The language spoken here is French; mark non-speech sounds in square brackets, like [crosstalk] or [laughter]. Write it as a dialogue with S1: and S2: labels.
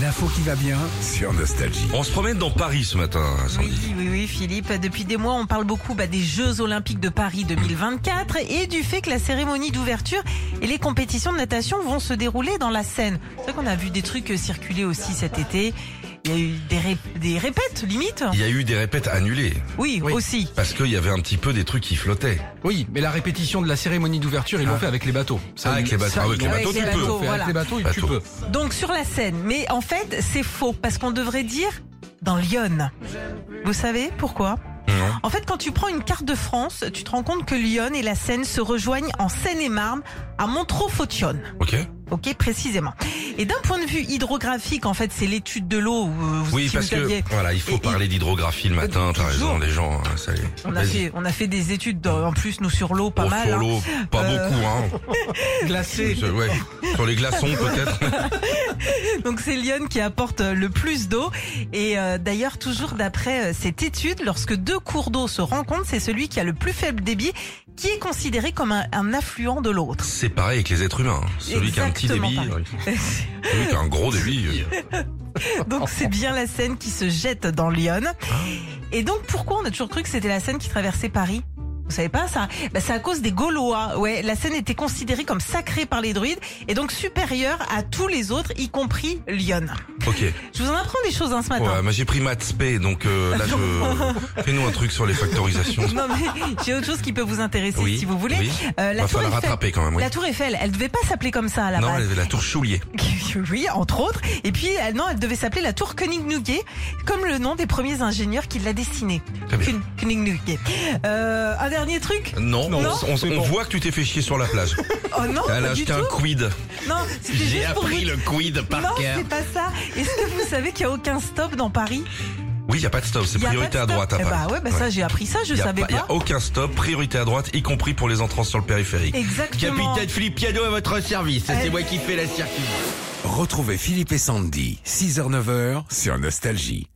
S1: L'info qui va bien.
S2: sur Nostalgie.
S3: On se promène dans Paris ce matin,
S4: Oui,
S3: Sandy.
S4: oui, oui, Philippe. Depuis des mois, on parle beaucoup bah, des Jeux Olympiques de Paris 2024 et du fait que la cérémonie d'ouverture et les compétitions de natation vont se dérouler dans la Seine. C'est vrai qu'on a vu des trucs circuler aussi cet été. Il y a eu des, ré- des répètes, limite.
S3: Il y a eu des répètes annulées
S4: Oui,
S1: Oui.
S4: aussi.
S3: parce qu'il y avait un petit peu des trucs qui flottaient.
S1: Oui, mais la répétition de la cérémonie d'ouverture, ils l'ont fait avec les bateaux.
S3: Ah, avec
S1: ils-
S3: les bateaux. Ah oui, avec
S1: ils l'ont
S3: les
S1: fait.
S3: bateaux, tu
S1: Ils l'ont
S3: peux.
S1: fait
S4: Voilà.
S1: Avec les bateaux, ils- tu
S3: Bateaux.
S1: peux.
S4: Donc sur la Seine. Mais en fait, c'est faux parce qu'on devrait dire dans Lyon. Vous savez pourquoi
S3: Non.
S4: En fait, quand tu prends une carte de France, tu te rends compte que Lyon et la Seine se rejoignent en Seine-et-Marne à Montreux-Fautionne.
S3: Ok.
S4: Ok, précisément. Et d'un point de vue hydrographique, en fait, c'est l'étude de l'eau. où, euh, vous-
S3: Oui,
S4: si
S3: parce
S4: vous aviez-
S3: que voilà, il faut
S4: Et- et-
S3: parler d'hydrographie le matin. T'as raison,
S4: toujours.
S3: les gens. hein, Ça y est.
S4: on a,
S3: Vas-y.
S4: fait, on a fait des études, dans- en plus, nous, sur l'eau, pas
S3: Oh,
S4: mal.
S3: sur
S4: hein.
S3: l'eau, pas
S4: Euh,
S3: beaucoup, hein.
S4: [laughs]
S1: Glacé.
S3: Je- ouais. Sur les glaçons peut-être.
S4: Donc c'est Lyon qui apporte euh, le plus d'eau. Et euh, d'ailleurs, toujours d'après euh, cette étude, lorsque deux cours d'eau se rencontrent, c'est celui qui a le plus faible débit qui est considéré comme un, un affluent de l'autre.
S3: C'est pareil avec les êtres humains. hein. Celui qui a un petit
S4: Exactement
S3: débit, euh,
S4: pareil. [laughs]
S3: celui qui a un gros débit. euh,
S4: Donc c'est bien la Seine qui se jette dans Lyon. Et donc pourquoi on a toujours cru que c'était la Seine qui traversait Paris vous savez pas ça bah, C'est à cause des Gaulois. Ouais, la Seine était considérée comme sacrée par les druides et donc supérieure à tous les autres, y compris Lyon.
S3: Ok.
S4: Je vous en apprends des choses hein, ce matin.
S3: Ouais, mais j'ai pris maths P, donc euh, là je fais-nous un truc sur les factorisations.
S4: [laughs] Non mais j'ai autre chose qui peut vous intéresser
S3: Oui.
S4: si vous voulez.
S3: Oui. Bah,
S4: Euh,
S3: Va
S4: la, tour
S3: falloir
S4: Eiffel,
S3: rattraper quand même. Oui.
S4: la Tour Eiffel, elle devait pas s'appeler comme ça à la
S3: Non,
S4: base.
S3: la tour Choulier.
S4: [laughs] oui, entre autres. Et puis elle, non, elle devait s'appeler la Tour Königsnuggé, comme le nom des premiers ingénieurs qui l'a destinée.
S3: Très bien.
S4: Kön- Königsnuggé. Euh, un dernier truc
S3: Non,
S1: Non,
S3: on- on,
S1: c'est
S3: on
S1: bon.
S3: voit que tu t'es fait chier sur la
S4: [laughs]
S3: plage.
S4: Oh non,
S3: Elle a
S4: pas du
S3: acheté un
S4: tout.
S3: quid.
S4: Non, c'était juste pour vous.
S3: le quid
S4: Non, c'est pas ça. Est-ce que vous savez qu'il n'y a aucun stop dans Paris
S3: Oui, il n'y a pas de stop, c'est
S4: Il y a
S3: priorité
S4: pas
S3: à
S4: de stop.
S3: droite à
S4: Eh
S3: Paris.
S4: Bah ouais, bah ça j'ai appris ça, je
S3: y a
S4: savais
S3: pas- y
S4: pas.
S3: a aucun stop, priorité à droite, y compris pour les entrants sur le périphérique.
S4: Exactement.
S5: Philippe Piano à votre service.
S4: Eh.
S5: C'est moi qui fais la circuit.
S2: Retrouvez Philippe et Sandy, 6h-9h sur Nostalgie.